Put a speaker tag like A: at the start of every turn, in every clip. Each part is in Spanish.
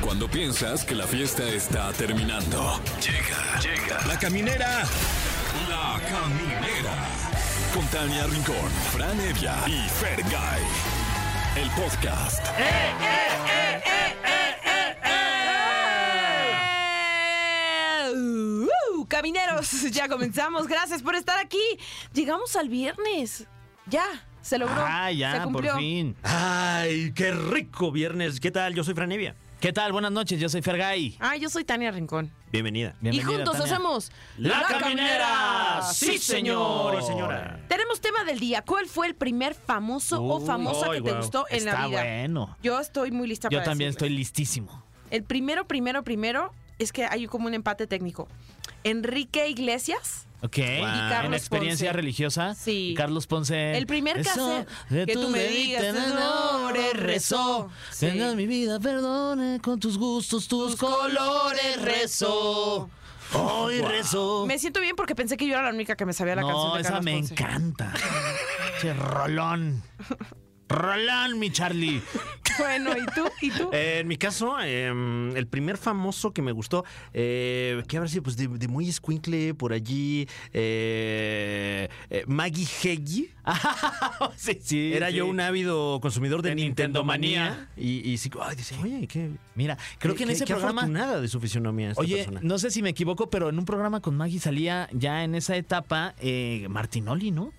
A: Cuando piensas que la fiesta está terminando. Llega, llega. La caminera. La caminera. Con Tania Rincón, Fran Evia y Fer El podcast.
B: Uh, Camineros, ya comenzamos. Gracias por estar aquí. Llegamos al viernes. Ya, se logró.
C: Ah,
B: se
C: ya,
B: cumplió.
C: por fin.
D: Ay, qué rico viernes. ¿Qué tal? Yo soy Franevia.
C: ¿Qué tal? Buenas noches, yo soy Fergay.
B: Ah, yo soy Tania Rincón.
D: Bienvenida.
B: y juntos hacemos
D: Sí, señor y señora.
B: Tenemos tema del día. ¿Cuál fue el primer famoso o
C: Uy,
B: famosa
D: ay,
B: que te
D: guau.
B: gustó en
C: Está
B: la vida?
C: bueno.
B: Yo estoy muy lista
C: Yo
B: para
C: también
B: decirles.
C: estoy listísimo.
B: El primero, primero, primero es que hay como un empate técnico. Enrique Iglesias.
C: Ok.
D: Carlos
C: en experiencia
B: Ponce.
C: religiosa.
B: Sí.
C: y Carlos Ponce.
B: El primer
C: Eso,
B: cassette
C: de
B: que tú
C: tu
B: me
C: dedita
B: digas,
C: en
B: tu nombre rezó. Sí.
C: Tengas mi vida, perdone con tus gustos, tus colores rezó. Hoy rezó.
B: Me siento bien porque pensé que yo era la única que me sabía la canción
C: no,
B: de
C: esa
B: Carlos
C: me
B: Ponce.
C: encanta. che, rolón. Rolón, mi Charlie.
B: Bueno, ¿y tú? ¿Y tú?
D: Eh, en mi caso, eh, el primer famoso que me gustó, eh, ¿qué habrá sido? Pues de, de muy escuincle por allí, eh, eh, Maggie Heggie.
C: sí, sí.
D: Era
C: sí.
D: yo un ávido consumidor de,
C: De
D: Nintendo
C: Nintendomanía.
D: Manía. Y, y sí, ay, dice, oye, qué.
C: Mira, creo
D: qué-
C: que en
D: qué-
C: ese
D: qué este
C: programa.
D: afortunada de su fisionomía esta
C: Oye,
D: persona.
C: no sé si me equivoco, pero en un programa con Maggie salía ya en esa etapa eh, Martinoli, ¿no?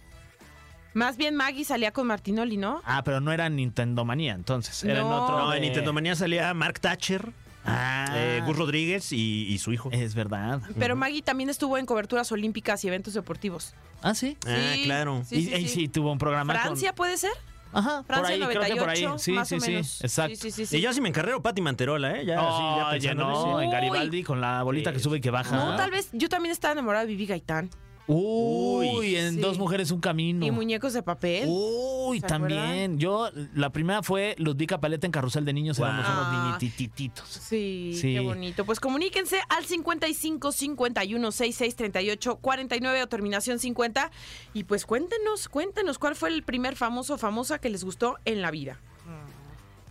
B: Más bien Maggie salía con Martinoli, ¿no?
C: Ah, pero no era Nintendo Manía, entonces. Era en
B: No.
C: otro.
D: No,
C: de-
D: en Nintendo Manía salía Mark Thatcher,
C: Ah, Eh,
D: eh, Gus Rodríguez y, y su hijo.
C: Es verdad.
B: Pero Maggie también estuvo en coberturas olímpicas y eventos deportivos.
C: Ah, sí.
D: ah,
B: Sí,
D: claro.
B: sí,
C: y,
B: sí,
C: y
B: sí.
C: sí, tuvo un programa con-
B: ¿Francia puede ser?
C: Ajá,
B: Francia
C: por ahí,
B: 98,
C: creo que por ahí. Sí,
B: más
C: sí,
B: o
C: sí.
B: menos.
C: Exacto.
B: Sí, sí, sí.
D: Y yo sí me encarrero Patti Manterola, ¿eh? Ya, sí, ya
C: Oye,
D: pensándole,
C: no,
D: sí.
C: en
B: Uy.
C: Garibaldi con la bolita
D: Sí,
C: que sube y que baja.
B: No, tal vez yo también estaba enamorada de Vivi Gaitán.
C: Uy, en
B: Sí.
C: dos mujeres un camino.
B: Y muñecos de papel.
C: Uy,
B: ¿Se acuerdan?
C: también. Yo, la primera fue Ludvica Paleta en Carrusel de Niños, éramos
D: Wow.
C: unos
B: Ah.
C: niñitititos.
B: Sí,
C: Sí.
B: qué bonito. Pues comuníquense al 55 51 66 38 49 o terminación 50 y pues cuéntenos, cuéntenos cuál fue el primer famoso o famosa que les gustó en la vida.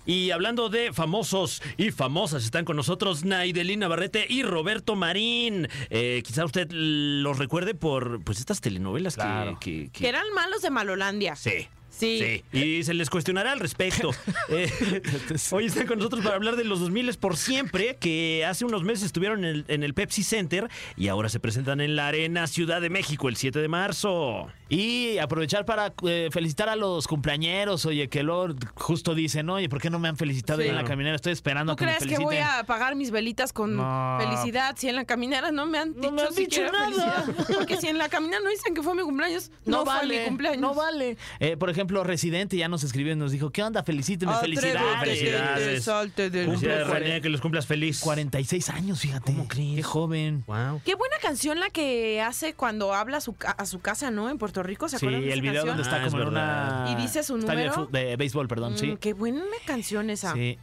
D: Y hablando de famosos y famosas, están con nosotros Naidelina Barrete y Roberto Marín. Eh, quizá usted los recuerde por pues estas telenovelas que-
C: Claro.
D: que, que-
B: Que eran malos de Malolandia.
D: Sí.
B: Sí.
D: Sí, y se les cuestionará al respecto. Eh, hoy están con nosotros para hablar de los 2000 por siempre, que hace unos meses estuvieron en el, en el Pepsi Center y ahora se presentan en la Arena Ciudad de México el 7 de marzo.
C: Y aprovechar para eh, felicitar a los cumpleañeros, oye, que luego justo dicen, oye, ¿por qué no me han felicitado
B: Sí.
C: ya en la caminera? Estoy esperando
B: ¿Tú
C: a que me
B: crees que
C: feliciten.
B: voy a apagar mis velitas con
C: No.
B: felicidad si en la caminera no me han dicho,
C: No me han dicho
B: siquiera
C: nada.
B: felicidad? Porque si en la caminera no dicen que fue mi cumpleaños, no, fue mi cumpleaños.
C: No vale. Eh, por ejemplo, Residente ya nos escribió y nos dijo, ¿qué onda? Felicíteme,
B: Atrévete,
C: felicidades.
D: felicidades.
B: te salte del
D: Felicidades,
B: cumple.
D: René, que los cumplas feliz.
C: 46 años, fíjate.
D: ¿Cómo crees?
C: Qué joven.
D: Wow.
B: Qué buena canción la que hace cuando habla a su, ca- a su casa, ¿no? En Puerto Rico, ¿se
C: Sí,
B: acuerdan de
C: el
B: esa
C: video
B: canción?
C: donde está
D: Ah, es
C: como en una...
B: verdad. ¿Y dice su
C: estadio de
B: número?
C: fu- De, béisbol, perdón,
B: Mm,
C: sí.
B: Qué buena canción esa.
C: Sí.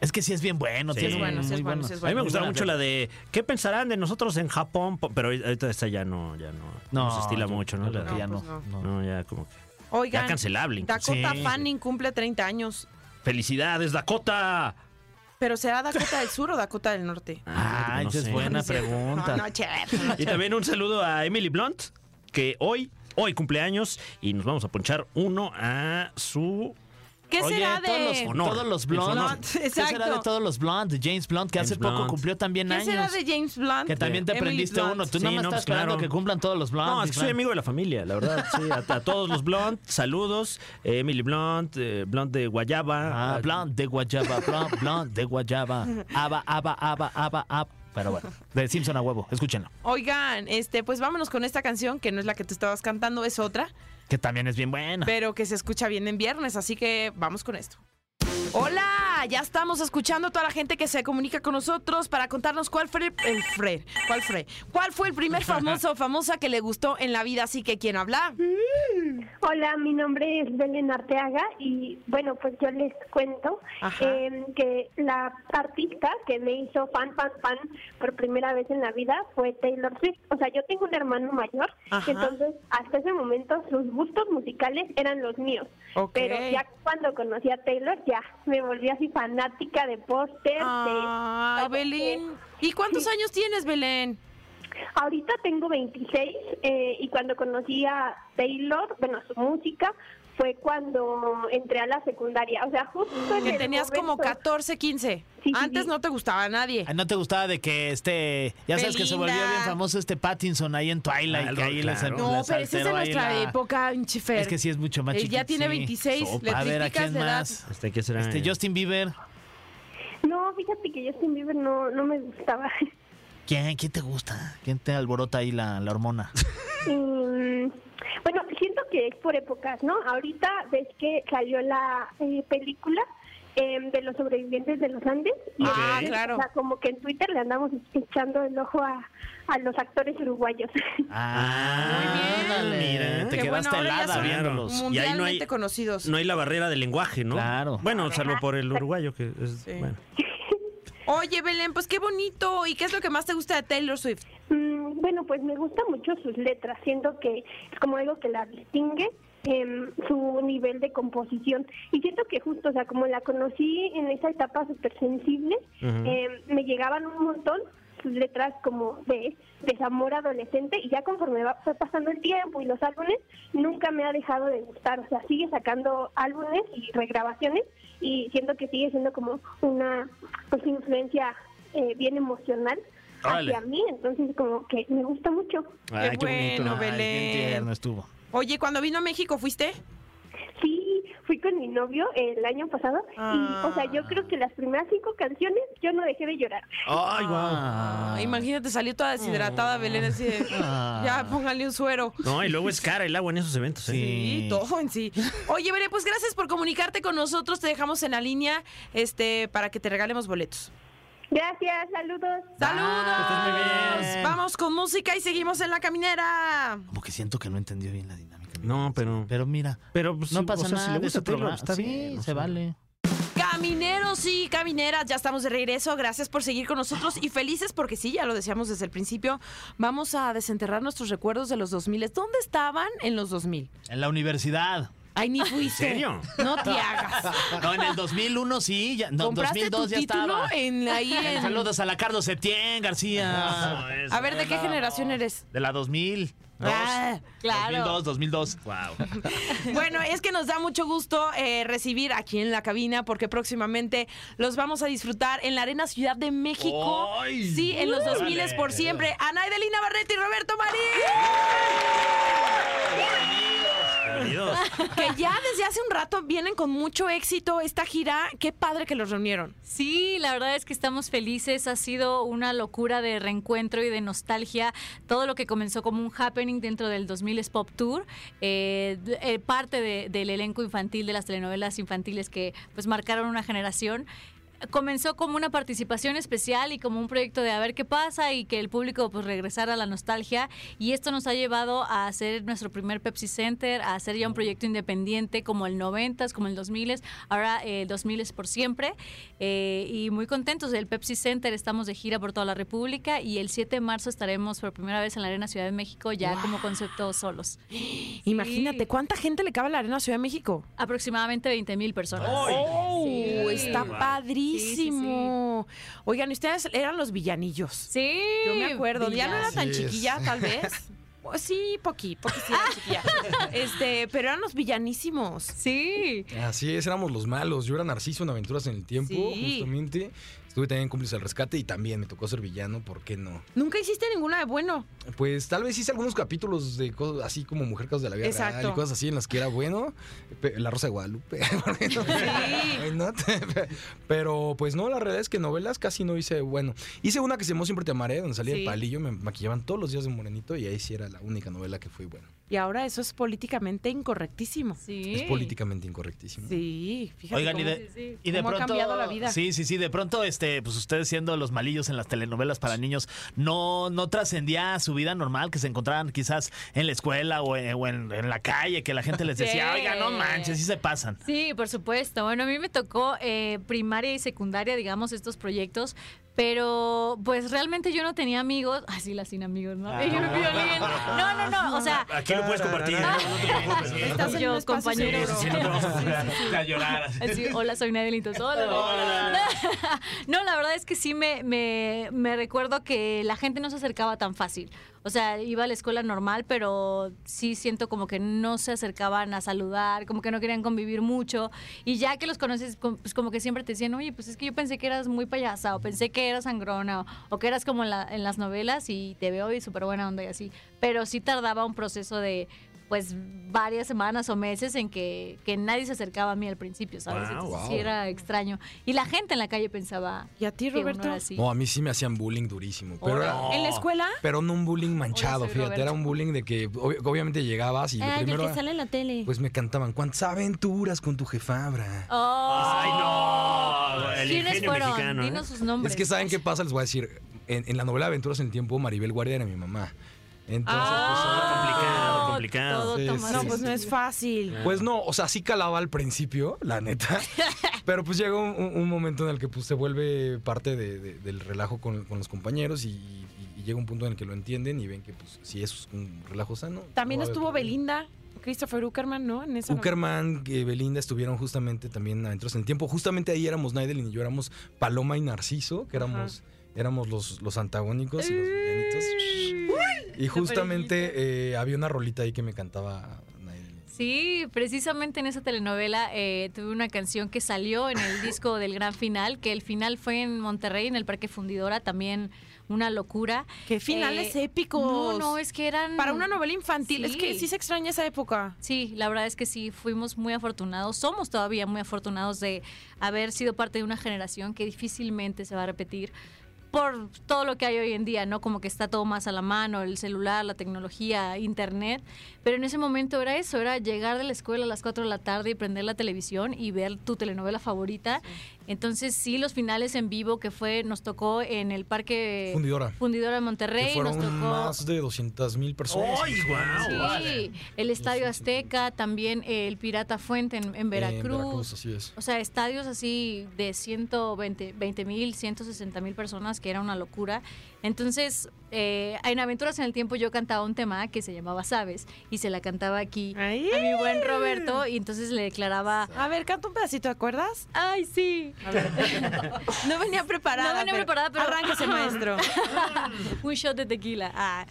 C: Es que sí es bien bueno.
D: Sí.
C: tiene
D: Es bueno,
B: sí es
C: muy
B: bueno,
C: buenos-
B: sí es
D: A mí
B: bueno.
D: me gustaba
C: Muy
D: mucho la
C: buena
D: de ¿Qué pensarán de nosotros en Japón? Po- Pero ahorita esta ya no, ya no, no, se estila
C: yo-
D: mucho, ¿no?
C: yo creo
D: La
C: que
D: de-
C: ya
B: No,
C: no.
B: pues
C: no.
D: no, ya como que-
B: Oigan,
D: ya cancelable. incluso.
B: Dakota
C: Sí.
B: Fanning cumple 30 años.
D: Felicidades, Dakota.
B: ¿Pero será Dakota del Sur o Dakota del Norte?
C: Ah,
D: no
C: esa es
D: sé.
C: buena
B: No sé.
C: pregunta.
B: No, no, chévere, no,
D: Y
B: chévere.
D: también un saludo a Emily Blunt, que hoy, hoy cumpleaños, y nos vamos a ponchar uno a su.
B: ¿Qué
C: Oye,
B: será de...?
C: todos los,
D: Honor.
C: todos los
D: El
C: Blondes?
D: honor.
C: ¿Qué será de
B: Exacto.
C: todos los Blondes? James Blunt, que hace
D: James
C: poco
D: Blunt.
C: cumplió también
B: ¿Qué
C: años.
B: será de James Blunt?
C: Que también te
B: Emily
C: aprendiste
B: Blunt.
C: uno. Tú
D: Sí,
C: nada más
D: no,
C: estás
D: pues,
C: esperando
D: claro.
C: que cumplan todos los Blondes.
D: No, es que soy
C: Fran.
D: amigo de la familia, la verdad. Sí, a, a todos los Blunt, saludos. Eh, Emily Blunt, eh, Blunt de Guayaba.
C: Ah, Blonde de Guayaba, Blonde, Blonde de Guayaba. Aba, aba, aba, aba, aba. Pero bueno, de Simpson a huevo, escúchenlo.
B: Oigan, este, pues vámonos con esta canción, que no es la que tú estabas cantando, es otra,
C: Que también es bien buena.
B: pero que se escucha bien en viernes, así que vamos con esto. Hola, ya estamos escuchando a toda la gente que se comunica con nosotros para contarnos cuál fue el, el Fred, cuál fue, cuál fue el primer famoso o famosa que le gustó en la vida, así que quién habla.
E: Hola, mi nombre es Belén Arteaga y bueno, pues yo les cuento
B: Ajá.
E: eh, que la artista que me hizo fan, fan, fan por primera vez en la vida fue Taylor Swift. O sea, yo tengo un hermano mayor,
B: Ajá.
E: entonces hasta ese momento sus gustos musicales eran los míos.
B: Ok.
E: Pero ya cuando conocí a Taylor, ya me volví así fanática de póster.
B: Ay,
E: de...
B: Ah, Belén. ¿Y cuántos años tienes, Belén?
E: Ahorita tengo 26 eh, y cuando conocí a Taylor, bueno, su música, fue cuando entré a la secundaria. O sea, justo en
B: Que
E: el
B: tenías como
E: momento-
B: 14, 15.
E: Sí, sí,
B: Antes
E: sí.
B: no te gustaba a nadie.
C: Ay, Ah, ¿No te gustaba de que este, ya sabes que se volvió
B: Belinda.
C: bien famoso este Pattinson ahí en Twilight,
D: Claro,
C: que ahí les-
D: claro.
C: les
B: No, pero esa es de
C: alteró ahí
B: nuestra
C: la-
B: época, pinche Fer.
C: Es que sí es mucho más
B: Él
C: chiquito.
B: ya tiene
C: sí.
B: 26, le
C: A ver, ¿a
B: triplicas
C: quién
B: la edad.
C: más?
D: Este, ¿qué será?
C: Este, Justin Bieber.
E: No, fíjate que Justin Bieber no, no me gustaba.
C: ¿Quién, ¿Quién te gusta? ¿Quién te alborota ahí la, la hormona?
E: Mm, bueno, siento que es por épocas, ¿no? Ahorita ves que salió la eh, película em, de los sobrevivientes de los Andes. Y
B: Ah,
E: entonces,
B: claro.
E: o sea, como que en Twitter le andamos echando el ojo a, a los actores uruguayos.
C: Ah,
B: Muy
C: ándale,
B: bien.
D: Mira.
C: Te
B: Que bueno,
C: quedaste
B: ahora ya
C: helada
B: son
C: viéndolos.
D: Y ahí
B: Mundialmente
D: no hay-
B: conocidos.
D: No hay la barrera del lenguaje, ¿no?
C: Claro.
D: Bueno, salvo por el uruguayo, que es.
B: Sí.
D: Bueno.
B: Oye, Belén, pues qué bonito. ¿Y qué es lo que más te gusta de Taylor Swift?
E: Mm, bueno, pues me gustan mucho sus letras, siento que es como algo que la distingue em, su nivel de composición. Y siento que justo, o sea, como la conocí en esa etapa súper sensible,
D: Ujú.
E: me llegaban un montón sus letras como de desamor adolescente y ya conforme va, fue pasando el tiempo y los álbumes, nunca me ha dejado de gustar. O sea, sigue sacando álbumes y regrabaciones y siento que sigue siendo como una pues, influencia eh, bien emocional
D: Órale.
E: hacia mí, entonces como que me gusta mucho.
C: Ay,
B: Qué
C: qué bonito.
B: bueno,
C: Ay,
B: Belén.
C: qué tierno estuvo.
B: Oye, cuando vino a México, ¿fuiste?
E: Sí, fui con mi novio el año pasado y, o sea, yo creo que las primeras cinco canciones yo no dejé de llorar.
D: Ay, guau.
B: Ah, Imagínate, salió toda deshidratada, Belén, así de.
C: Mm. Ah.
B: Ya, póngale un suero.
D: No, y luego es cara el agua en esos eventos, ¿eh?
B: Sí,
C: Sí.
B: todo en sí. Oye, Belén, pues gracias por comunicarte con nosotros. Te dejamos en la línea este, para que te regalemos boletos.
E: Gracias, saludos.
B: ¡Saludos!
C: que estés muy bien.
B: Vamos con música y seguimos en la caminera.
C: Como que siento que no entendió bien la dinámica.
D: No, pero.
C: Pero mira,
D: Pero pues,
C: no
D: sí,
C: pasa
D: o sea,
C: nada.
D: Si le
C: de
D: gusta
C: ese
D: Taylor,
C: programa.
D: está
C: sí,
D: bien. o
C: se
D: sea.
C: vale.
B: Camineros y camineras, ya estamos de regreso. Gracias por seguir con nosotros y felices porque sí, ya lo decíamos desde el principio, vamos a desenterrar nuestros recuerdos de los 2000. ¿Dónde estaban en los 2000?
C: En la universidad.
B: Ay, ni fuiste.
D: serio?
B: No te hagas.
C: No, en el 2001 sí, ya, no,
B: Compraste
C: 2002
B: tu
C: ya
B: título
C: estaba.
B: en ahí en-
C: Saludos a la Carlos Septién García.
D: No, es-
B: A ver, ¿de qué generación eres?
C: De la 2000. Dos.
B: Ah, claro.
C: 2002, 2002.
D: Guau.
B: Bueno, es que nos da mucho gusto eh, recibir aquí en la cabina porque próximamente los vamos a disfrutar en la Arena Ciudad de México.
D: ¡Ay!
B: Sí, en los 2000 es por siempre. Ana Edelina Barreto y Roberto Marín,
D: Bienvenidos.
B: que ya desde hace un rato vienen con mucho éxito esta gira. Qué padre que los reunieron.
F: Sí, la verdad es que estamos felices. Ha sido una locura de reencuentro y de nostalgia. Todo lo que comenzó como un happening dentro del 2000 es Pop Tour, eh, d- eh, parte de- del elenco infantil de las telenovelas infantiles que pues marcaron una generación. Comenzó como una participación especial y como un proyecto de a ver qué pasa y que el público pues regresara a la nostalgia y esto nos ha llevado a hacer nuestro primer Pepsi Center, a hacer ya un proyecto independiente como el 90s, como el 2000s, ahora eh, 2000s por siempre eh, y muy contentos. El Pepsi Center estamos de gira por toda la República y el 7 de marzo estaremos por primera vez en la Arena Ciudad de México ya como concepto solos.
B: Imagínate cuánta gente le cabe a la Arena Ciudad de México.
F: Aproximadamente 20 mil personas.
B: Oh,
F: Sí.
B: está
F: Wow.
B: padrísimo. Oigan, ustedes eran los villanillos.
F: Sí.
B: Yo me acuerdo, ya no era
F: Villas.
B: tan
G: Así es.
B: chiquilla, tal vez. Pues Sí, poqui, poqui sí era chiquilla. Este, pero eran los villanísimos.
F: Sí.
G: Así es, éramos los malos. Yo era Narciso en Aventuras en el Tiempo,
B: Sí.
G: justamente. Estuve también en Cómplices al Rescate y también me tocó ser villano, ¿por qué no?
B: Nunca hiciste ninguna de bueno.
G: Pues tal vez hice algunos capítulos de cosas así como Mujer Caos de la Vida
B: Exacto.
G: Real y cosas así en las que era bueno. Pe- La Rosa de Guadalupe. ¿por qué no? Why not? Pero pues no, la realidad es que novelas casi no hice bueno. Hice una que se llamó Siempre Te Amaré, donde salía
B: Sí.
G: el palillo, me maquillaban todos los días de morenito y ahí sí era la única novela que fui bueno.
B: Y ahora eso es políticamente incorrectísimo.
F: Sí.
G: Es políticamente incorrectísimo.
B: Sí, fíjate.
C: Oigan, y
B: cómo-
C: de,
F: Sí, sí.
C: y de
B: ¿Cómo ha
C: pronto.
B: cambiado la vida?
C: Sí, sí, sí. De pronto, este, pues ustedes siendo los malillos en las telenovelas para niños, no, no trascendía a su vida normal, que se encontraban quizás en la escuela o, en- o en, en la calle, que la gente les decía,
F: Sí.
C: oiga, no manches, sí se pasan.
F: Sí, por supuesto. Bueno, a mí me tocó eh, primaria y secundaria, digamos, estos proyectos. Pero, pues realmente yo no tenía amigos. Así, las sin amigos, ¿no? Yo no pido bien. No, no, no. O sea,
C: Aquí
D: aquí lo puedes compartir. ¿eh?
G: Ah,
D: no te preocupes.
B: Estás en
F: Yo,
B: un espacio
F: compañero.
B: seguro.
F: Sí, sí,
C: A llorar.
F: Así, hola, soy Nadia Lintos. Hola.
D: Hola.
F: No, la verdad es que sí me, me, me recuerdo que la gente no se acercaba tan fácil. O sea, iba a la escuela normal, pero sí siento como que no se acercaban a saludar, como que no querían convivir mucho. Y ya que los conoces, com- pues como que siempre te decían, oye, pues es que yo pensé que eras muy payasa, o pensé que eras sangrona, o, o que eras como en, la- en las novelas y te veo y súper buena onda y así. Pero sí tardaba un proceso de pues varias semanas o meses en que, que nadie se acercaba a mí al principio, ¿sabes?
D: Wow,
F: Entonces sí
G: wow.
F: era extraño. Y la gente en la calle pensaba
B: ¿Y a ti,
F: que uno
B: Roberto?
F: era así.
G: No, a mí sí me hacían bullying durísimo. Pero, era-
B: ¿En la escuela?
G: pero no un bullying manchado,
F: soy
G: fíjate.
F: Roberto.
G: Era un bullying de que ob- obviamente
F: Ah,
G: llegabas y lo primero era-
F: en la tele.
G: pues me cantaban, ¿cuántas aventuras con tu jefabra?
D: Ay, no. El
F: Oh, ¿Quiénes
D: ingenio
F: fueron?
D: mexicano. ¿eh?
F: Dinos sus nombres.
G: Es que ¿saben qué pasa? Les voy a decir, en, en la novela Aventuras en el Tiempo, Maribel Guardia era mi mamá. Entonces,
D: complicado, complicado.
F: Ah, todo
G: Sí,
F: tomado.
G: sí,
B: No, pues no es fácil.
G: pues, pues no, o sea, sí calaba al principio, la neta. Pero pues llega un, un- un momento en el que pues, se vuelve parte de- de- del relajo con, con los compañeros y, y- y llega un punto en el que lo entienden y ven que pues si es un relajo sano.
B: También
G: no va a haber
B: estuvo
G: problema.
B: Belinda, Christopher Uckerman, ¿no? En esa
G: Uckerman, que Belinda estuvieron justamente también adentro en el tiempo. Justamente ahí éramos Naidelin y yo éramos Paloma y Narciso, que éramos, éramos los, los antagónicos y los villanitos. Y justamente eh, había una rolita ahí que me cantaba Naidelin.
F: Sí, precisamente en esa telenovela eh, tuve una canción que salió en el disco del gran final, que el final fue en Monterrey, en el Parque Fundidora, también una locura.
B: Qué finales
F: Eh,
B: épicos.
F: No, no, es que eran...
B: Para una novela infantil, es que
F: Sí.
B: sí se extraña esa época.
F: Sí, la verdad es que sí, fuimos muy afortunados, somos todavía muy afortunados de haber sido parte de una generación que difícilmente se va a repetir por todo lo que hay hoy en día, ¿no? Como que está todo más a la mano, el celular, la tecnología, internet, pero en ese momento era eso, era llegar de la escuela a las 4 de la tarde y prender la televisión y ver tu telenovela favorita. Entonces sí, los finales en vivo que fue, nos tocó en el Parque
G: Fundidora.
F: Fundidora de
G: Que
F: Monterrey, nos
G: fueron
F: tocó...
G: más de 200 mil personas.
D: ¡Ay,
G: Ah,
D: guau!
F: Sí,
D: Órale.
F: el Estadio Azteca, también eh, el Pirata Fuente en, en Veracruz.
G: En Veracruz, así es.
F: O sea, estadios así de 120 mil, 160 mil personas, que era una locura. Entonces, eh, en Aventuras en el Tiempo yo cantaba un tema que se llamaba Sabes y se la cantaba aquí
B: Ay.
F: a mi buen Roberto y entonces le declaraba...
B: A ver, canta un pedacito, ¿te acuerdas?
F: Ay, sí.
B: No venía preparada.
F: No venía preparada, pero-
B: Arránquese, maestro.
F: un shot de tequila. Ah.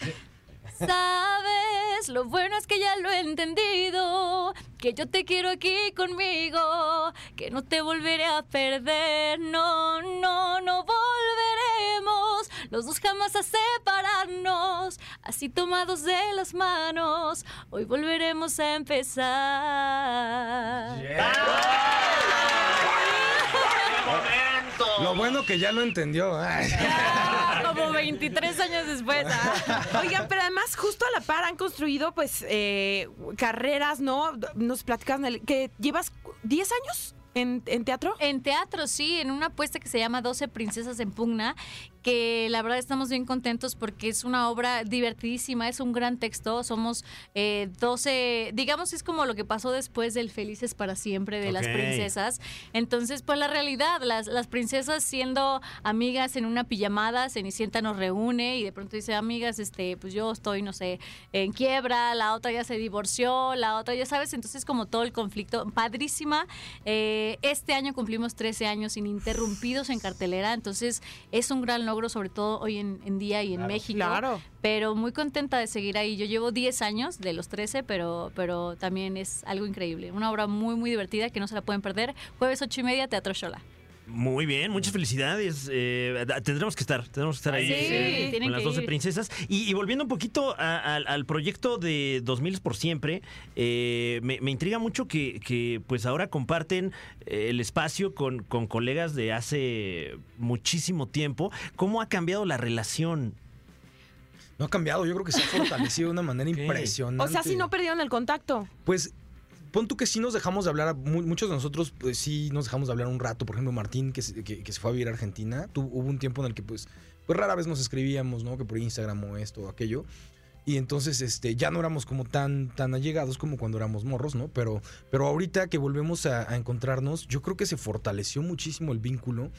F: Sabes, lo bueno es que ya lo he entendido, que yo te quiero aquí conmigo, que no te volveré a perder, no, no, no volveremos, los dos jamás a separarnos, así tomados de las manos, hoy volveremos a empezar.
G: Lo bueno que ya lo entendió. Ay.
F: Ah, Como 23 años después. ah.
B: Oigan, pero además justo a la par han construido pues eh, carreras, ¿no? Nos platicas Nelly, que llevas 10 años en, en teatro.
F: En teatro, sí, en una apuesta que se llama 12 Princesas en Pugna, que la verdad estamos bien contentos porque es una obra divertidísima, es un gran texto, somos eh, 12, digamos, es como lo que pasó después del Felices para Siempre de las
D: Ok.
F: princesas. Entonces, pues la realidad, las, las princesas siendo amigas en una pijamada, Cenicienta nos reúne y de pronto dice, amigas, este, pues yo estoy, no sé, en quiebra, la otra ya se divorció, la otra ya sabes, entonces como todo el conflicto, padrísima. Eh, este año cumplimos 13 años ininterrumpidos en cartelera, entonces es un gran logro, sobre todo hoy en, en día y en México.
B: Claro.
F: Pero muy contenta de seguir ahí. Yo llevo 10 años de los 13, pero, pero también es algo increíble. Una obra muy, muy divertida que no se la pueden perder. Jueves 8 y media, Teatro Shola.
D: Muy bien, muchas felicidades. Eh, da- tendremos que estar, tendremos que estar ahí.
F: Sí,
D: eh,
F: tienen
D: con las
F: que
D: 12
F: ir.
D: princesas. Y, y volviendo un poquito a- al- al proyecto de 2000 por siempre, eh, me, me intriga mucho que, que, pues ahora comparten eh, el espacio con, con colegas de hace muchísimo tiempo. ¿Cómo ha cambiado la relación?
G: No ha cambiado, yo creo que se ha fortalecido de una manera impresionante.
B: O sea, si no perdieron el contacto.
G: pues pon tú que sí nos dejamos de hablar, a mu- muchos de nosotros pues sí nos dejamos de hablar un rato, por ejemplo Martín que se, que- que se fue a vivir a Argentina, tu- hubo un tiempo en el que pues, pues rara vez nos escribíamos, ¿no? Que por Instagram o esto o aquello. Y entonces este, ya no éramos como tan, tan allegados como cuando éramos morros, ¿no? Pero, pero ahorita que volvemos a, a encontrarnos, yo creo que se fortaleció muchísimo el vínculo.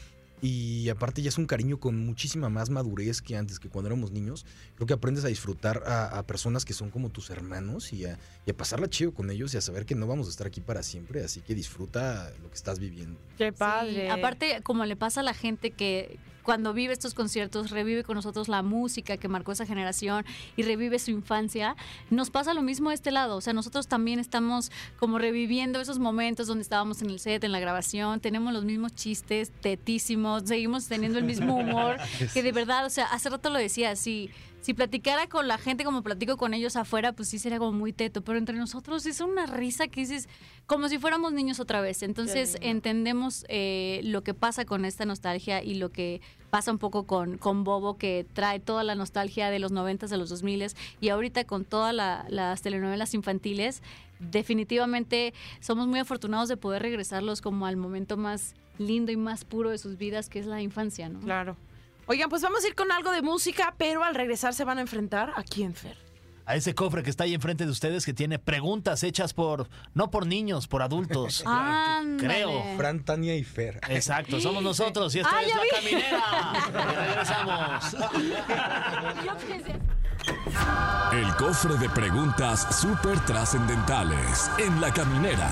G: Y aparte ya es un cariño con muchísima más madurez que antes, que cuando éramos niños. Creo que aprendes a disfrutar a, a personas que son como tus hermanos y a, y a pasarla chido con ellos y a saber que no vamos a estar aquí para siempre. Así que disfruta lo que estás viviendo.
B: Qué
F: Sí,
B: padre.
F: Aparte, como le pasa a la gente que cuando vive estos conciertos, revive con nosotros la música que marcó esa generación y revive su infancia, nos pasa lo mismo de este lado. O sea, nosotros también estamos como reviviendo esos momentos donde estábamos en el set, en la grabación, tenemos los mismos chistes tetísimos, seguimos teniendo el mismo humor, que de verdad, o sea, hace rato lo decía, si, si platicara con la gente como platico con ellos afuera, pues sí sería como muy teto, pero entre nosotros es una risa que dices, como si fuéramos niños otra vez. Entonces
B: lindo.
F: entendemos eh, lo que pasa con esta nostalgia y lo que pasa un poco con, con Bobo, que trae toda la nostalgia de los 90s, de los 2000s y ahorita con todas la- las telenovelas infantiles. Definitivamente somos muy afortunados de poder regresarlos como al momento más lindo y más puro de sus vidas, que es la infancia, ¿no?
B: Claro. Oigan, pues vamos a ir con algo de música, pero al regresar se van a enfrentar a quién, Fer.
C: A ese cofre que está ahí enfrente de ustedes que tiene preguntas hechas por, no por niños, por adultos.
F: Ah. Ándale.
B: Eh.
C: Creo.
G: Fran, Tania y Fer.
C: Exacto, somos nosotros y esta
F: Ah,
C: es
F: ya
C: la
F: vi.
C: caminera. Ya regresamos.
F: Yo pensé-
A: El cofre de preguntas súper trascendentales en la caminera.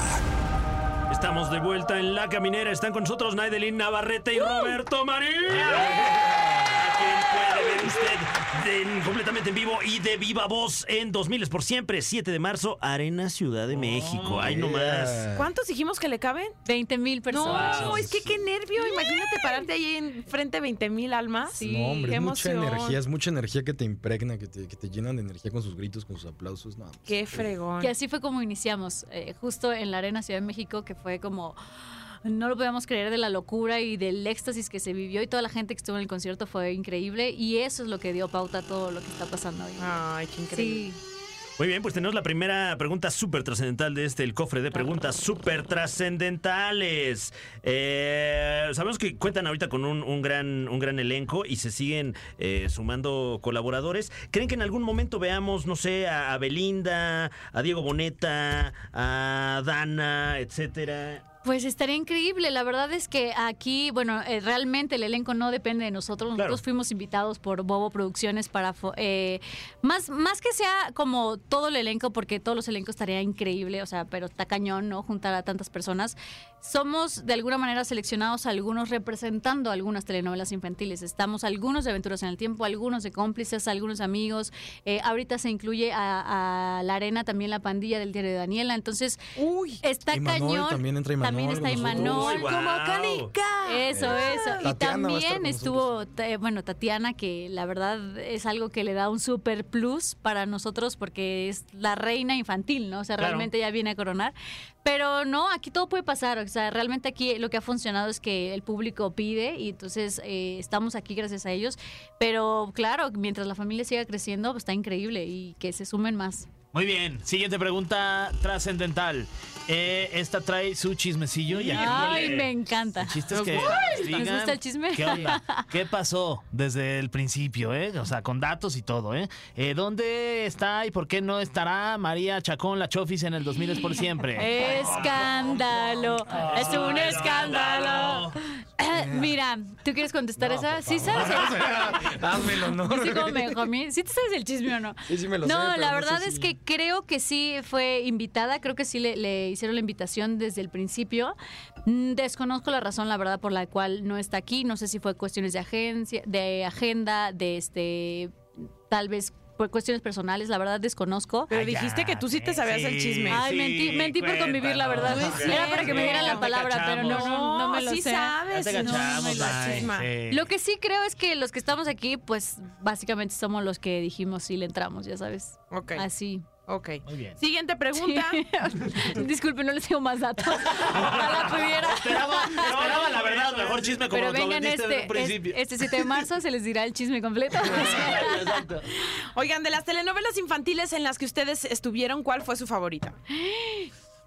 D: Estamos de vuelta en La Caminera. Están con nosotros Naidelin Navarrete y Roberto Marín. A quien puede ver usted de- en- completamente en vivo y de viva voz en 2000 es por siempre, 7 de marzo, Arena Ciudad de México. Ay, no más.
G: Yeah.
B: ¿Cuántos dijimos que le caben?
F: 20 mil personas.
B: No, es que qué nervio. Imagínate pararte ahí enfrente de 20 mil almas.
F: Sí.
G: No, hombre,
B: qué
G: es mucha
B: emoción.
G: energía, es mucha energía que te impregna, que te, que te llenan de energía con sus gritos, con sus aplausos. No,
B: Qué fregón.
F: Y así fue como iniciamos, eh, justo en la Arena Ciudad de México, que fue como. No lo podíamos creer de la locura y del éxtasis que se vivió y toda la gente que estuvo en el concierto fue increíble y eso es lo que dio pauta a todo lo que está pasando hoy.
B: Ay, qué Ah, increíble.
F: sí,
D: Muy bien, pues tenemos la primera pregunta súper trascendental de este, el cofre de preguntas súper trascendentales. Eh, sabemos que cuentan ahorita con un, un gran, un gran elenco y se siguen eh, sumando colaboradores. ¿Creen que en algún momento veamos, no sé, a, a Belinda, a Diego Boneta, a Dana, etcétera?
F: Pues estaría increíble. La verdad es que aquí, bueno, eh, realmente el elenco no depende de nosotros. Nosotros
D: Claro.
F: fuimos invitados por Bobo Producciones para. fo- eh, más, más que sea como todo el elenco, porque todos los elencos estaría increíble, o sea, pero está cañón, ¿no? Juntar a tantas personas. Somos de alguna manera seleccionados algunos representando algunas telenovelas infantiles. Estamos algunos de Aventuras en el Tiempo, algunos de cómplices, algunos amigos. Eh, ahorita se incluye a, a La Arena también la pandilla del diario de Daniela. Entonces,
B: Uy.
F: está
G: Y Manuel,
F: cañón.
G: también entra Imanol
F: También está
G: con nosotros.
F: Imanol.
D: Uy, guau.
B: Como canica.
F: Eso,
C: Ah.
F: eso.
G: Tatiana va a
F: y
G: estar con
F: también
G: nosotros.
F: estuvo, ta- eh, bueno, Tatiana, que la verdad es algo que le da un super plus para nosotros porque es la reina infantil, ¿no? O sea,
D: Claro.
F: realmente ya viene a coronar. Pero no, aquí todo puede pasar. O sea, realmente aquí lo que ha funcionado es que el público pide y entonces eh, estamos aquí gracias a ellos. Pero claro, mientras la familia siga creciendo, pues, está increíble y que se sumen más.
C: Muy bien, siguiente pregunta trascendental. Eh, esta trae su chismecillo y aquí
F: Ay, me encanta.
C: Chistes que nos
F: ¿Nos
C: digan
F: gusta el chisme?
C: ¿Qué onda? ¿Qué pasó desde el principio, eh? O sea, con datos y todo, eh? Eh, ¿Dónde está y por qué no estará María Chacón la Chofis en el 2000 es por siempre?
F: Escándalo. Es un escándalo. Mira, ¿tú quieres contestar esa? Sí sabes.
G: Hazme el honor.
F: Sí, como Benjamín. ¿Sí te sabes el chisme o no?
G: Sí, sí me lo sé,
F: no,
G: pero
F: la
G: no
F: verdad
G: sé
F: es
G: si-
F: que creo que sí fue invitada, creo que sí le, le hicieron la invitación desde el principio. Mm, Desconozco la razón, la verdad, por la cual no está aquí. No sé si fue cuestiones de agencia, de agenda, de este, tal vez por cuestiones personales, la verdad desconozco.
C: Ah,
B: Pero dijiste que tú sí te sabías el chisme.
F: Ay, mentí, mentí por convivir, la verdad.
B: No es
F: Pues Era para que me dieran
B: cierto.
F: la palabra, pero no, no, no me lo
B: sí
F: sé.
B: sabes.
C: Te
B: no,
C: cachamos,
B: me lo
C: ay,
B: chisma.
C: sí.
F: Lo que sí creo es que los que estamos aquí, pues básicamente somos los que dijimos si le entramos, ya sabes.
B: Ok,
F: Así.
B: ok.
C: Muy bien.
B: Siguiente pregunta.
F: Disculpe, no les tengo más datos. Ojalá pudiera.
C: Esperaba, esperaba la verdad, mejor chisme como
F: Pero
C: nos lo
F: vengan
C: vendiste desde
F: este,
C: un principio.
F: es- este 7 de marzo, se les dirá el chisme completo.
B: Oigan, de las telenovelas infantiles en las que ustedes estuvieron, ¿cuál fue su favorita?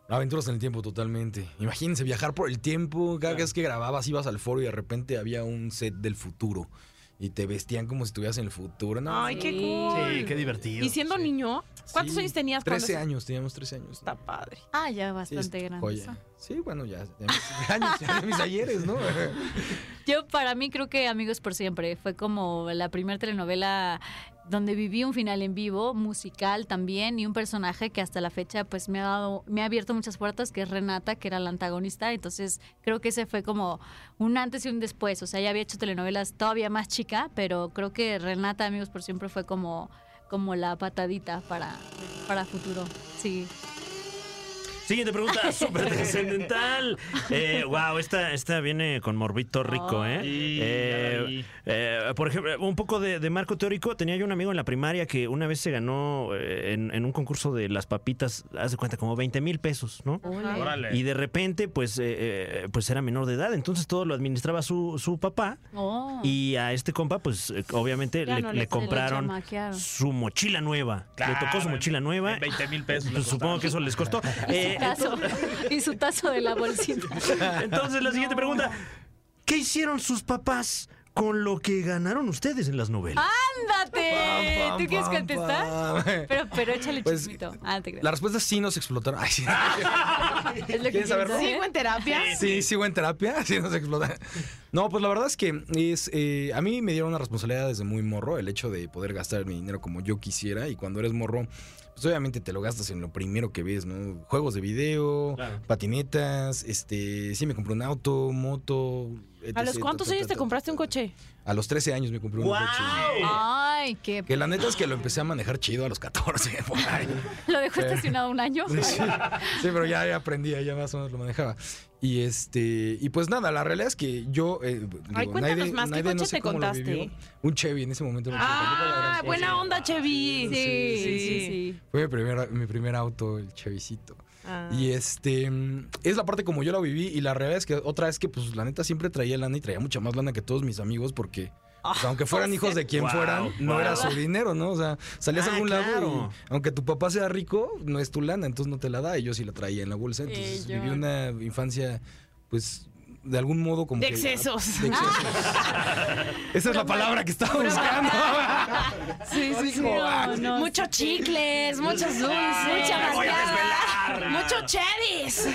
G: Aventuras en el tiempo, totalmente. Imagínense viajar por el tiempo. Cada vez que grababas ibas al foro y de repente había un set del futuro. Y te vestían como si estuvieras en el futuro. No,
B: Ay, qué
F: Sí.
B: cool.
C: Sí, qué divertido.
B: Y siendo niño, ¿cuántos
G: sí.
B: años tenías cuando
G: 13
B: se-
G: años, teníamos 13 años.
B: Está padre.
F: ah, ya
G: Sí,
F: bastante
G: es-
F: grande.
G: joya. Sí, bueno, ya. ya mis años, ya mis ayeres, ¿no?
F: Yo para mí creo que Amigos por Siempre fue como la primera telenovela donde viví un final en vivo, musical también, y un personaje que hasta la fecha pues me ha dado, me ha abierto muchas puertas, que es Renata, que era la antagonista. Entonces creo que ese fue como un antes y un después. O sea, ya había hecho telenovelas todavía más chica, pero creo que Renata, Amigos por Siempre, fue como, como la patadita para, para futuro. Sí.
D: Siguiente pregunta, súper trascendental. Eh, wow, esta, esta viene con morbito rico, ¿eh?
C: Sí, ya
D: Eh,
C: la vi.
D: eh, por ejemplo, un poco de, de marco teórico. Tenía yo un amigo en la primaria que una vez se ganó eh, en, en un concurso de las papitas, haz de cuenta, como 20 mil pesos, ¿no?
F: Oh.
C: Órale.
D: Y de repente, pues, eh, eh, pues era menor de edad, entonces todo lo administraba su, su papá.
F: Oh.
D: Y a este compa, pues eh, obviamente
B: Ya
D: le,
B: no
D: le
B: le-
D: compraron
F: le chamaquearon.
D: su mochila nueva. le tocó su mochila nueva.
C: 20 mil pesos. le
D: Pues supongo
C: costaron.
D: que eso les costó. Eh,
F: Tazo. y su tazo de la bolsita.
D: entonces, la siguiente pregunta: ¿Qué hicieron sus papás con lo que ganaron ustedes en las novelas?
F: ¡Ándate!
B: Eh,
G: Pam, pam,
F: ¿Tú quieres
G: pam,
F: contestar?
G: pam.
F: Pero, pero échale
G: Pues,
F: chismito. Ah, te creo.
G: La respuesta es sí nos explotaron. Ay, sí.
B: Ah,
F: es lo
G: ¿quieres
F: quieres
G: saberlo?
F: saber.
B: ¿Sigo en terapia?
G: Sí, sigo en terapia, sí nos explota. No, pues la verdad es que es, eh, a mí me dieron una responsabilidad desde muy morro, el hecho de poder gastar mi dinero como yo quisiera y cuando eres morro, pues obviamente te lo gastas en lo primero que ves, ¿no? Juegos de video, patinetas, este, sí me compré un auto, moto.
B: ¿A
G: etc,
B: los
G: ta,
B: cuántos
G: ta,
B: años
G: ta,
B: te
G: ta,
B: compraste
G: ta,
B: un
G: ta.
B: coche?
G: A los 13 años me compré un coche.
F: Ay, qué.
G: Que la neta es que lo empecé a manejar chido a los 14, por ahí.
F: Lo dejó estacionado un año.
G: Sí, sí, sí, pero ya, ya aprendí, ya más o menos lo manejaba. Y este, y pues nada, la realidad es que yo. eh, digo,
B: Ay, cuéntanos
G: Naide-
B: más, ¿qué
G: Naide
B: coche te
G: cómo lo
B: contaste?
G: vivió. Un Chevy en ese momento. era un
B: Ah,
G: Chevy.
B: buena onda, Chevy.
F: Sí, sí, sí. sí.
G: Fue mi primer, mi primer auto, el Chevycito.
B: Ah.
G: Y este, mm, es la parte como yo la viví. Y la realidad es que otra es que, pues, la neta siempre traía lana y traía mucha más lana que todos mis amigos porque. pues, aunque fueran hijos de quien
D: Ah, Wow,
G: fueran, no
D: wow.
G: era su dinero, ¿no? O sea, salías
D: Ah,
G: a algún
D: claro.
G: lado y aunque tu papá sea rico, no es tu lana, entonces no te la da. Y yo sí la traía en la bolsa. Entonces
F: Eh,
G: viví
F: yo-
G: una infancia, pues, de algún modo como
B: De
G: que-
B: excesos. Ah,
G: de excesos. Esa es la palabra que estaba buscando.
B: Sí, sí, sí.
G: ah,
F: No, no,
B: Muchos chicles, muchos dulces, mucha
F: me voy a
B: mascada, muchos cheddis.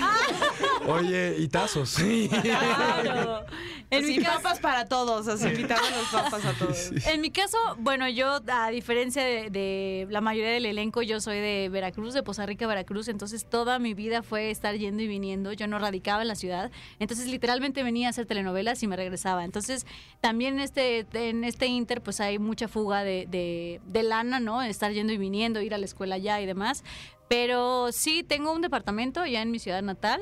G: Oye, y tazos. Sí.
F: Claro. En mi
B: Así,
F: caso-
B: papas para todos, así quitaban los papas a todos.
F: En mi caso, bueno, yo, a diferencia de, de la mayoría del elenco, yo soy de Veracruz, de Poza Rica, Veracruz, entonces toda mi vida fue estar yendo y viniendo, yo no radicaba en la ciudad, entonces literalmente venía a hacer telenovelas y me regresaba. Entonces, también en este, en este Inter, pues hay mucha fuga de, de- de lana, ¿no? Estar yendo y viniendo, ir a la escuela allá y demás. Pero sí, tengo un departamento ya en mi ciudad natal.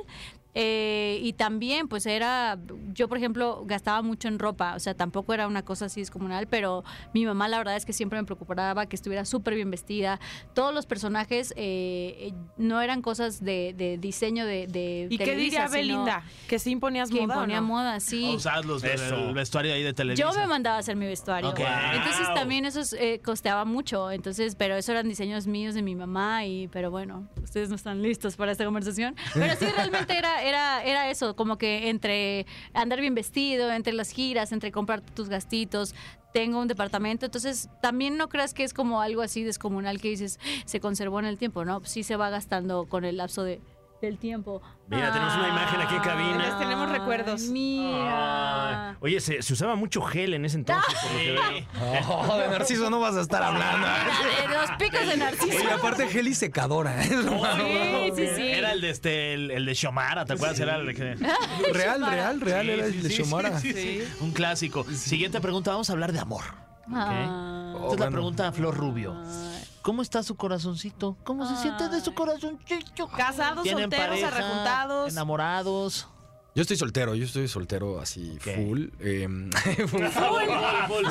F: Eh, y también, pues era, yo por ejemplo gastaba mucho en ropa, o sea, tampoco era una cosa así descomunal, pero mi mamá la verdad es que siempre me preocupaba que estuviera súper bien vestida. Todos los personajes eh, eh, no eran cosas de, de diseño de... de
B: ¿Y qué
F: Televisa,
B: diría
F: sino
B: Belinda? ¿Que sí imponías moda
F: Que
B: o
F: imponía
B: no?
F: moda, sí.
C: Usabas los,
D: Eso.
C: el vestuario ahí de televisión.
F: Yo me mandaba a hacer mi vestuario.
C: Ok.
F: Entonces
D: Wow.
F: también eso es, eh, costeaba mucho. Entonces, pero eso eran diseños míos de mi mamá y, pero bueno, ustedes no están listos para esta conversación. Pero sí, realmente era, era, era eso, como que entre andar bien vestido, entre las giras, entre comprar tus gastitos. Tengo un departamento, entonces también no creas que es como algo así descomunal que dices se conservó en el tiempo, ¿no? Sí se va gastando con el lapso de, del tiempo.
D: Mira, tenemos una imagen aquí en cabina.
B: Les tenemos recuerdos.
F: Ay, Mira.
D: Ay, Oye, se, se usaba mucho gel en ese entonces, por lo que veo.
G: Oh, de Narciso no vas a estar hablando.
F: La de los picos de narciso.
G: Oye, aparte gel y secadora. ¿eh? es lo más-
F: Sí, sí, sí.
C: Era el de este, el, el de Xiomara, ¿te acuerdas? Era el de que-
G: Real, real, real era el de Xiomara.
C: sí, sí, sí. Un clásico. Siguiente pregunta, vamos a hablar de amor.
F: Ah.
G: Oh,
C: Esta es la
G: bueno.
C: pregunta a Flor Rubio. ¿Cómo está su corazoncito? ¿Cómo se siente de su corazoncito?
B: Casados,
C: ¿Tienen
B: solteros,
C: pareja?
B: arrejuntados.
C: Enamorados.
G: Yo estoy soltero, yo estoy soltero así
C: Ok.
G: full. eh, full.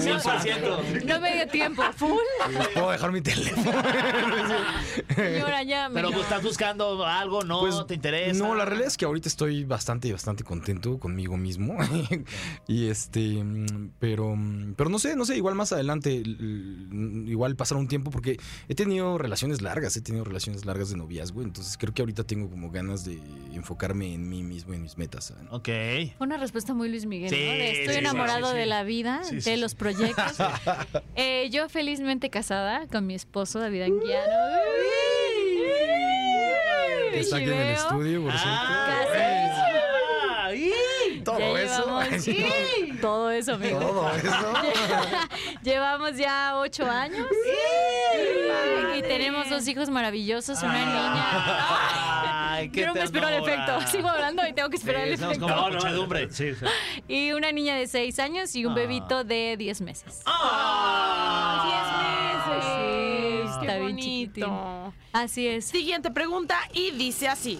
F: No me dio tiempo. Full.
G: Puedo dejar mi teléfono.
F: Señora, ya me.
C: Pero pues, estás buscando algo, no
G: Pues,
C: te interesa.
G: No, la realidad es que ahorita estoy bastante, bastante contento conmigo mismo. y este, mm, pero, mm, pero no sé, no sé, igual más adelante, l- l- igual pasará un tiempo porque he tenido relaciones largas, he tenido relaciones largas de noviazgo, entonces creo que ahorita tengo como ganas de enfocarme en mí mismo, en mis metas. ¿saben?
C: Ok.
F: Fue una respuesta muy Luis Miguel,
C: Sí,
F: ¿no? De estoy
C: sí,
F: enamorado
C: sí, sí.
F: de la vida,
C: Sí,
F: de
C: sí, sí.
F: los proyectos. Eh, yo felizmente casada con mi esposo David Anguiano.
G: Que
F: Y
G: saquen el
F: veo-
G: estudio, por cierto.
C: Ah,
F: Casados.
C: ah, y-
G: Todo
F: ya
G: eso.
F: llevamos todo eso, amigo.
G: Todo eso.
F: Llevamos ya ocho años. Y tenemos dos hijos maravillosos, una
C: Ah.
F: niña.
C: Ay, qué
F: Yo no me espero el
C: ternura.
F: efecto. Sigo hablando y tengo que esperar el
D: Estamos
F: efecto.
D: como
C: No,
D: la
C: no,
D: muchedumbre. Sí, sí.
F: Y una niña de seis años
C: Ah.
F: y un bebito de diez meses.
B: Diez meses.
F: Sí,
B: Qué
F: está bien
B: bonito.
F: Así es.
B: Siguiente pregunta y dice así.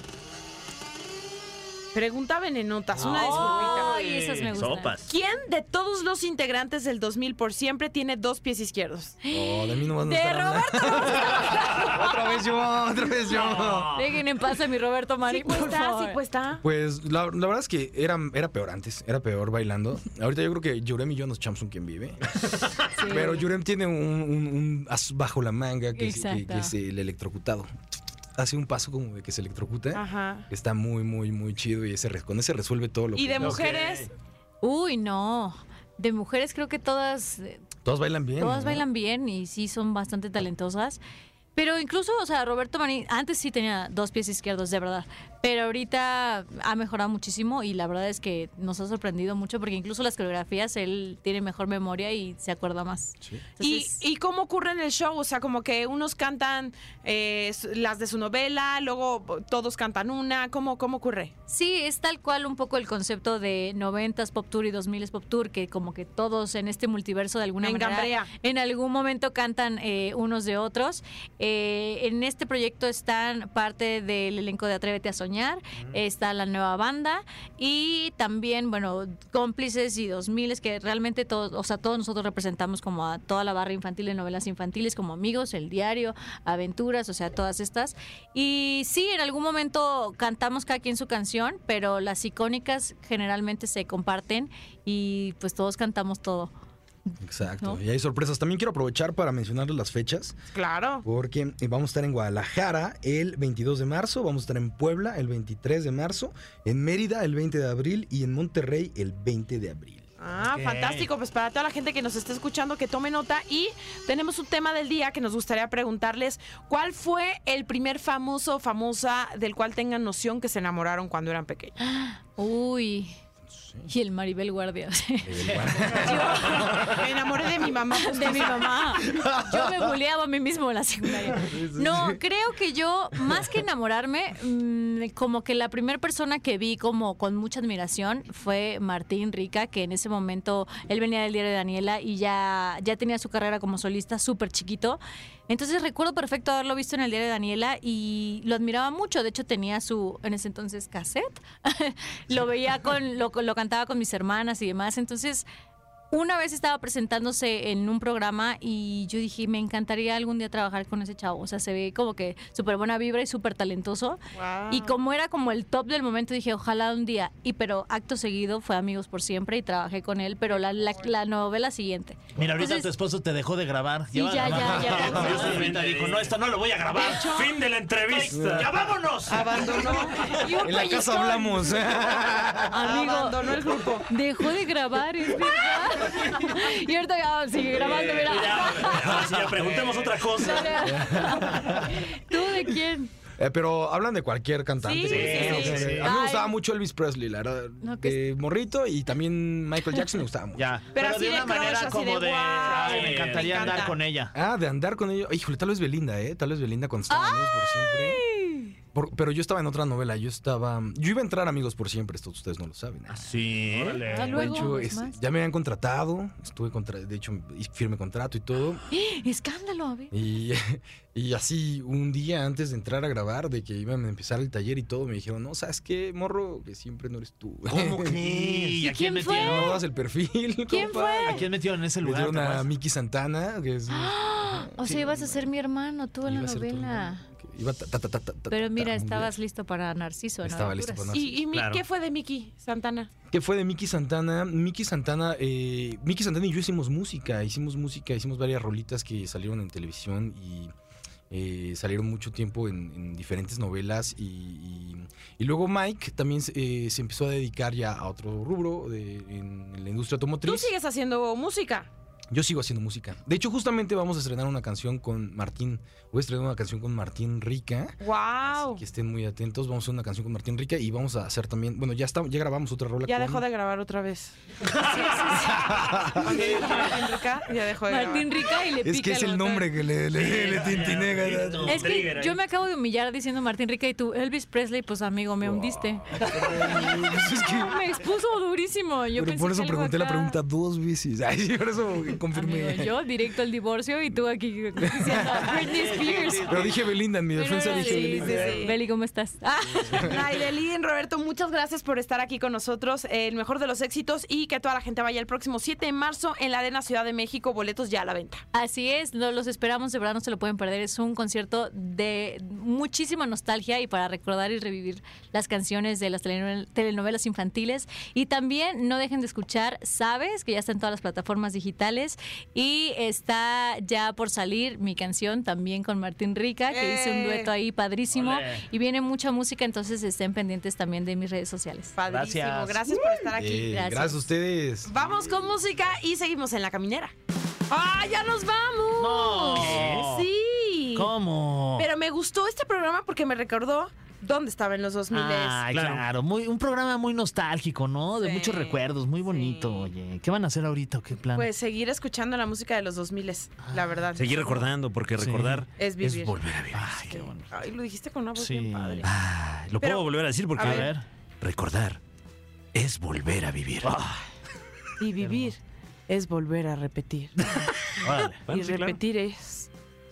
B: Pregunta venenotas, una disculpita.
F: Ay, esas me gustan.
D: Sopas.
B: ¿Quién de todos los integrantes del 2000 por siempre tiene dos pies izquierdos?
G: Oh, de mí nomás no
F: De
G: estará nada.
F: Roberto vamos a
G: Otra vez yo, otra vez yo.
F: Dejen en paz a mi Roberto Mari,
B: sí
F: por
B: cuesta,
F: favor.
B: sí cuesta.
G: Pues la, la verdad es que era, era peor antes, era peor bailando. Ahorita yo creo que Jurem y yo nos champs un quien vive. Pero Jurem tiene un, un- un as bajo la manga que es, que-
F: Exacto.
G: que es el electrocutado. Hace un paso como de que se electrocuta.
B: Ajá.
G: Está muy, muy, muy chido y ese, re- con ese resuelve todo lo
B: Y
G: que...
B: de mujeres,
F: Uy, no. De mujeres creo que todas, eh,
G: Todos bailan bien.
F: todas
G: ¿no?
F: bailan bien y sí son bastante talentosas. Pero incluso, o sea, Roberto Marín antes sí tenía dos pies izquierdos, de verdad. Pero ahorita ha mejorado muchísimo y la verdad es que nos ha sorprendido mucho porque incluso las coreografías él tiene mejor memoria y se acuerda más.
B: ¿Y,
F: Entonces-
B: ¿Y cómo ocurre en el show? O sea, como que unos cantan eh, s- las de su novela, luego todos cantan una. ¿Cómo, cómo ocurre?
F: Sí, es tal cual un poco el concepto de 90s Pop Tour y 2000s Pop Tour, que como que todos en este multiverso de alguna
B: Me
F: manera
B: engambrea.
F: en algún momento cantan eh, unos de otros. Eh, en este proyecto están parte del elenco de Atrévete a Soñar, está la nueva banda y también, bueno, cómplices y 2000 que realmente todos, o sea, todos nosotros representamos como a toda la barra infantil de novelas infantiles, como Amigos, El Diario, Aventuras, o sea, todas estas. Y sí, en algún momento cantamos cada quien su canción, pero las icónicas generalmente se comparten y pues todos cantamos todo.
G: Exacto.
F: ¿no?
G: Y hay sorpresas. También quiero aprovechar para mencionarles las fechas.
B: Claro.
G: Porque eh, vamos a estar en Guadalajara el 22 de marzo, vamos a estar en Puebla el 23 de marzo, en Mérida el 20 de abril y en Monterrey el 20 de abril.
B: Ah,
C: Ok.
B: fantástico. Pues para toda la gente que nos esté escuchando, que tome nota. Y tenemos un tema del día que nos gustaría preguntarles. ¿Cuál fue el primer famoso o famosa del cual tengan noción que se enamoraron cuando eran pequeños?
F: Uy. Y el Maribel Guardia.
B: Me enamoré de mi mamá.
F: De mi mamá. Yo me buleaba a mí mismo en la secundaria. No, creo que yo, más que enamorarme, mm, como que la primera persona que vi como con mucha admiración fue Martín Rica, que en ese momento él venía del diario de Daniela y ya, ya tenía su carrera como solista súper chiquito. Entonces recuerdo perfecto haberlo visto en el diario de Daniela y lo admiraba mucho. De hecho, tenía su, en ese entonces, cassette. lo veía con, lo, lo cantaba con mis hermanas y demás. Entonces, una vez estaba presentándose en un programa y yo dije, me encantaría algún día trabajar con ese chavo. O sea, se ve como que súper buena vibra y súper talentoso. Y como era como el top del momento, dije, ojalá un día. Y pero acto seguido fue Amigos por Siempre y trabajé con él, pero la, la, la novela siguiente.
C: Mira, ahorita
F: Entonces-
C: tu esposo te dejó de grabar.
F: Sí,
C: Lleva
F: ya,
C: grabando.
F: ya, ya.
C: Como yo estoy ahorita, dijo, no, esto no lo voy a grabar.
D: Fin de la entrevista. ¡Ya vámonos!
G: Ah,
F: Y un
G: En la
F: pellizcón.
G: casa hablamos.
F: Amigo,
B: Abandonó el grupo.
F: dejó de grabar, es verdad. y ahorita ya sigue grabando, mira.
D: Ya, ahora sí, ya preguntemos otra cosa.
F: ¿Tú de quién?
G: Eh, pero hablan de cualquier cantante.
B: Sí,
G: ¿no?
C: sí,
G: O sea,
C: sí.
G: A mí me
F: Ay.
G: gustaba mucho Elvis Presley, la verdad.
F: No, que
G: de morrito y también Michael Jackson me gustaba mucho.
C: Ya.
B: Pero así
C: de
B: de
C: una
B: crush,
C: manera
B: así
C: como
B: de,
C: de,
B: "Wow,
C: ay,
D: me
C: me encantaría
B: encanta".
C: andar con ella.
G: Ah, de andar con ellos. Híjole, tal vez Belinda, ¿eh? Tal vez Belinda cuando estaba en Amigos por siempre. Por- pero yo estaba en otra novela. Yo estaba. Yo iba a entrar a Amigos por siempre. Esto ustedes no lo saben. ¿eh?
C: Sí.
F: Ah,
G: De
F: luego,
G: hecho,
F: es
G: este,
F: más.
G: ya me habían contratado, estuve contra, de hecho, y- firme contrato y todo.
F: ¡Eh! Escándalo, a ver.
G: Y, y así, un día antes de entrar a grabar, de que iban a empezar el taller y todo, me dijeron, no, ¿sabes qué, morro? Que siempre no eres tú.
C: ¿Cómo que? ¿Y a quién
F: quién fue?
C: metieron?
G: no das el perfil.
F: ¿Quién
G: compa.
F: fue?
C: ¿A quién metieron en ese
G: Me
C: lugar?
G: dieron
C: ¿Te
G: a
C: acuerdas?
G: Miki Santana, que es...
F: ¡Ah! O sea, ibas a ser mi hermano tú en
G: iba
F: la
G: a ser tu
F: novela.
G: hermano, que iba ta, ta, ta, ta, ta, ta,
F: Pero mira,
G: ta, muy
F: estabas listo para Narciso, ¿no?
G: Estaba listo pues, para Narciso.
B: ¿Y, y mi-
D: Claro.
B: qué fue de Miki Santana?
G: que fue de Miki Santana. Miki Santana, eh, Miki Santana y yo hicimos música, hicimos música, hicimos varias rolitas que salieron en televisión y eh, salieron mucho tiempo en, en diferentes novelas y, y- y luego Mike también se- eh, se empezó a dedicar ya a otro rubro de- en, en la industria
B: Tú
G: automotriz.
B: sigues haciendo música.
G: Yo sigo haciendo música. De hecho, justamente vamos a estrenar una canción con Martín. Voy a estrenar una canción con Martín Rica. Así
B: ¡Wow!
G: que estén muy atentos. Vamos a hacer una canción con Martín Rica y vamos a hacer también. Bueno, ya está, ya grabamos otra rola.
B: Ya
G: con-
B: dejó de grabar otra vez. Cuando dijo Martín Rica, ya dejó de
F: Martín
B: grabar.
F: Rica y le pica
G: Es que es el
F: botón.
G: nombre que le, le, le tintinega.
F: Es que
D: Trigger ahí.
F: yo me acabo de humillar diciendo Martín Rica y tú, Elvis Presley, pues amigo, me hundiste.
G: Pues es que-
F: Me expuso durísimo. Yo
G: pero
F: pensé
G: por
F: que
G: eso
F: algo
G: pregunté la
F: acá-
G: pregunta dos veces. Ay, sí, por eso confirmé.
F: Amigo, yo directo al divorcio y tú aquí diciendo Britney Spears.
G: Pero dije Belinda, en mi defensa dije
F: Sí, sí,
G: Belinda.
F: sí. Beli, ¿cómo estás? Ah,
B: Naidelin, Roberto, muchas gracias por estar aquí con nosotros. El mejor de los éxitos y que toda la gente vaya el próximo 7 de marzo en la Arena Ciudad de México. Boletos ya a la venta.
F: Así es, no los esperamos, de verdad no se lo pueden perder. Es un concierto de muchísima nostalgia y para recordar y revivir las canciones de las telenovel- telenovelas infantiles. Y también no dejen de escuchar Sabes, que ya está en todas las plataformas digitales. Y está ya por salir mi canción también con Martín Rica, que hice un
B: ¡Eh!
F: dueto ahí padrísimo.
C: Olé.
F: Y viene mucha música, entonces estén pendientes también de mis redes sociales.
B: Padrísimo. Gracias,
C: Gracias.
B: por estar aquí.
G: Eh,
F: gracias.
G: gracias a ustedes.
B: Vamos con música y seguimos en la caminera. ¡Ah, ya nos vamos!
C: No. ¿Qué?
B: Sí.
C: ¿Cómo?
B: Pero me gustó este programa porque me recordó dónde estaba en los 2000.
C: Ay, claro, muy, un programa muy nostálgico, ¿no? De
B: Sí,
C: muchos recuerdos, muy bonito.
B: sí.
C: Oye, ¿qué van a hacer ahorita o qué plan?
B: Pues seguir escuchando la música de los 2000,
C: Ah,
B: la verdad.
D: Seguir recordando, porque
C: Sí.
D: recordar
B: Es vivir.
D: volver a vivir.
C: Ay, qué bueno.
B: Ay, lo dijiste con una voz
C: Sí.
B: bien padre.
D: Ah, lo
B: Pero-
D: puedo volver a decir porque
B: a
C: A ver.
D: recordar es volver a vivir.
B: Y vivir es volver a repetir.
C: Órale.
B: y repetir es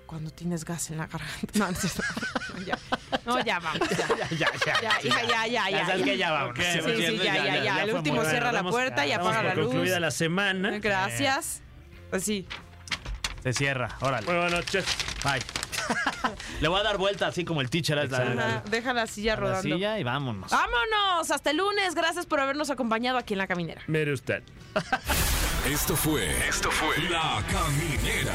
B: cuando tienes gas en la garganta. No, no, es cierto. no, ya. No, ya vamos. Ya, ya,
C: Ya, ya.
B: ya, ya, ya.
C: Ya sabes que ya vamos.
D: Sí,
B: sí, ya, ya, ya. El
C: fue
B: último
C: muy
B: cierra la
C: bueno.
B: puerta y
C: Vamos
B: apaga
C: por
B: la luz.
D: Concluida la semana.
B: Gracias. Pues Así.
C: Se cierra, órale.
D: Buenas noches.
C: Bye. Le voy a dar vuelta así como el teacher. Es la,
D: Exacto.
C: la-
B: Ajá, Deja la silla
C: la
B: rodando.
C: silla y vámonos.
B: Vámonos. Hasta el lunes. Gracias por habernos acompañado aquí en La Caminera.
D: Mire usted.
A: Esto fue. Esto fue. La Caminera.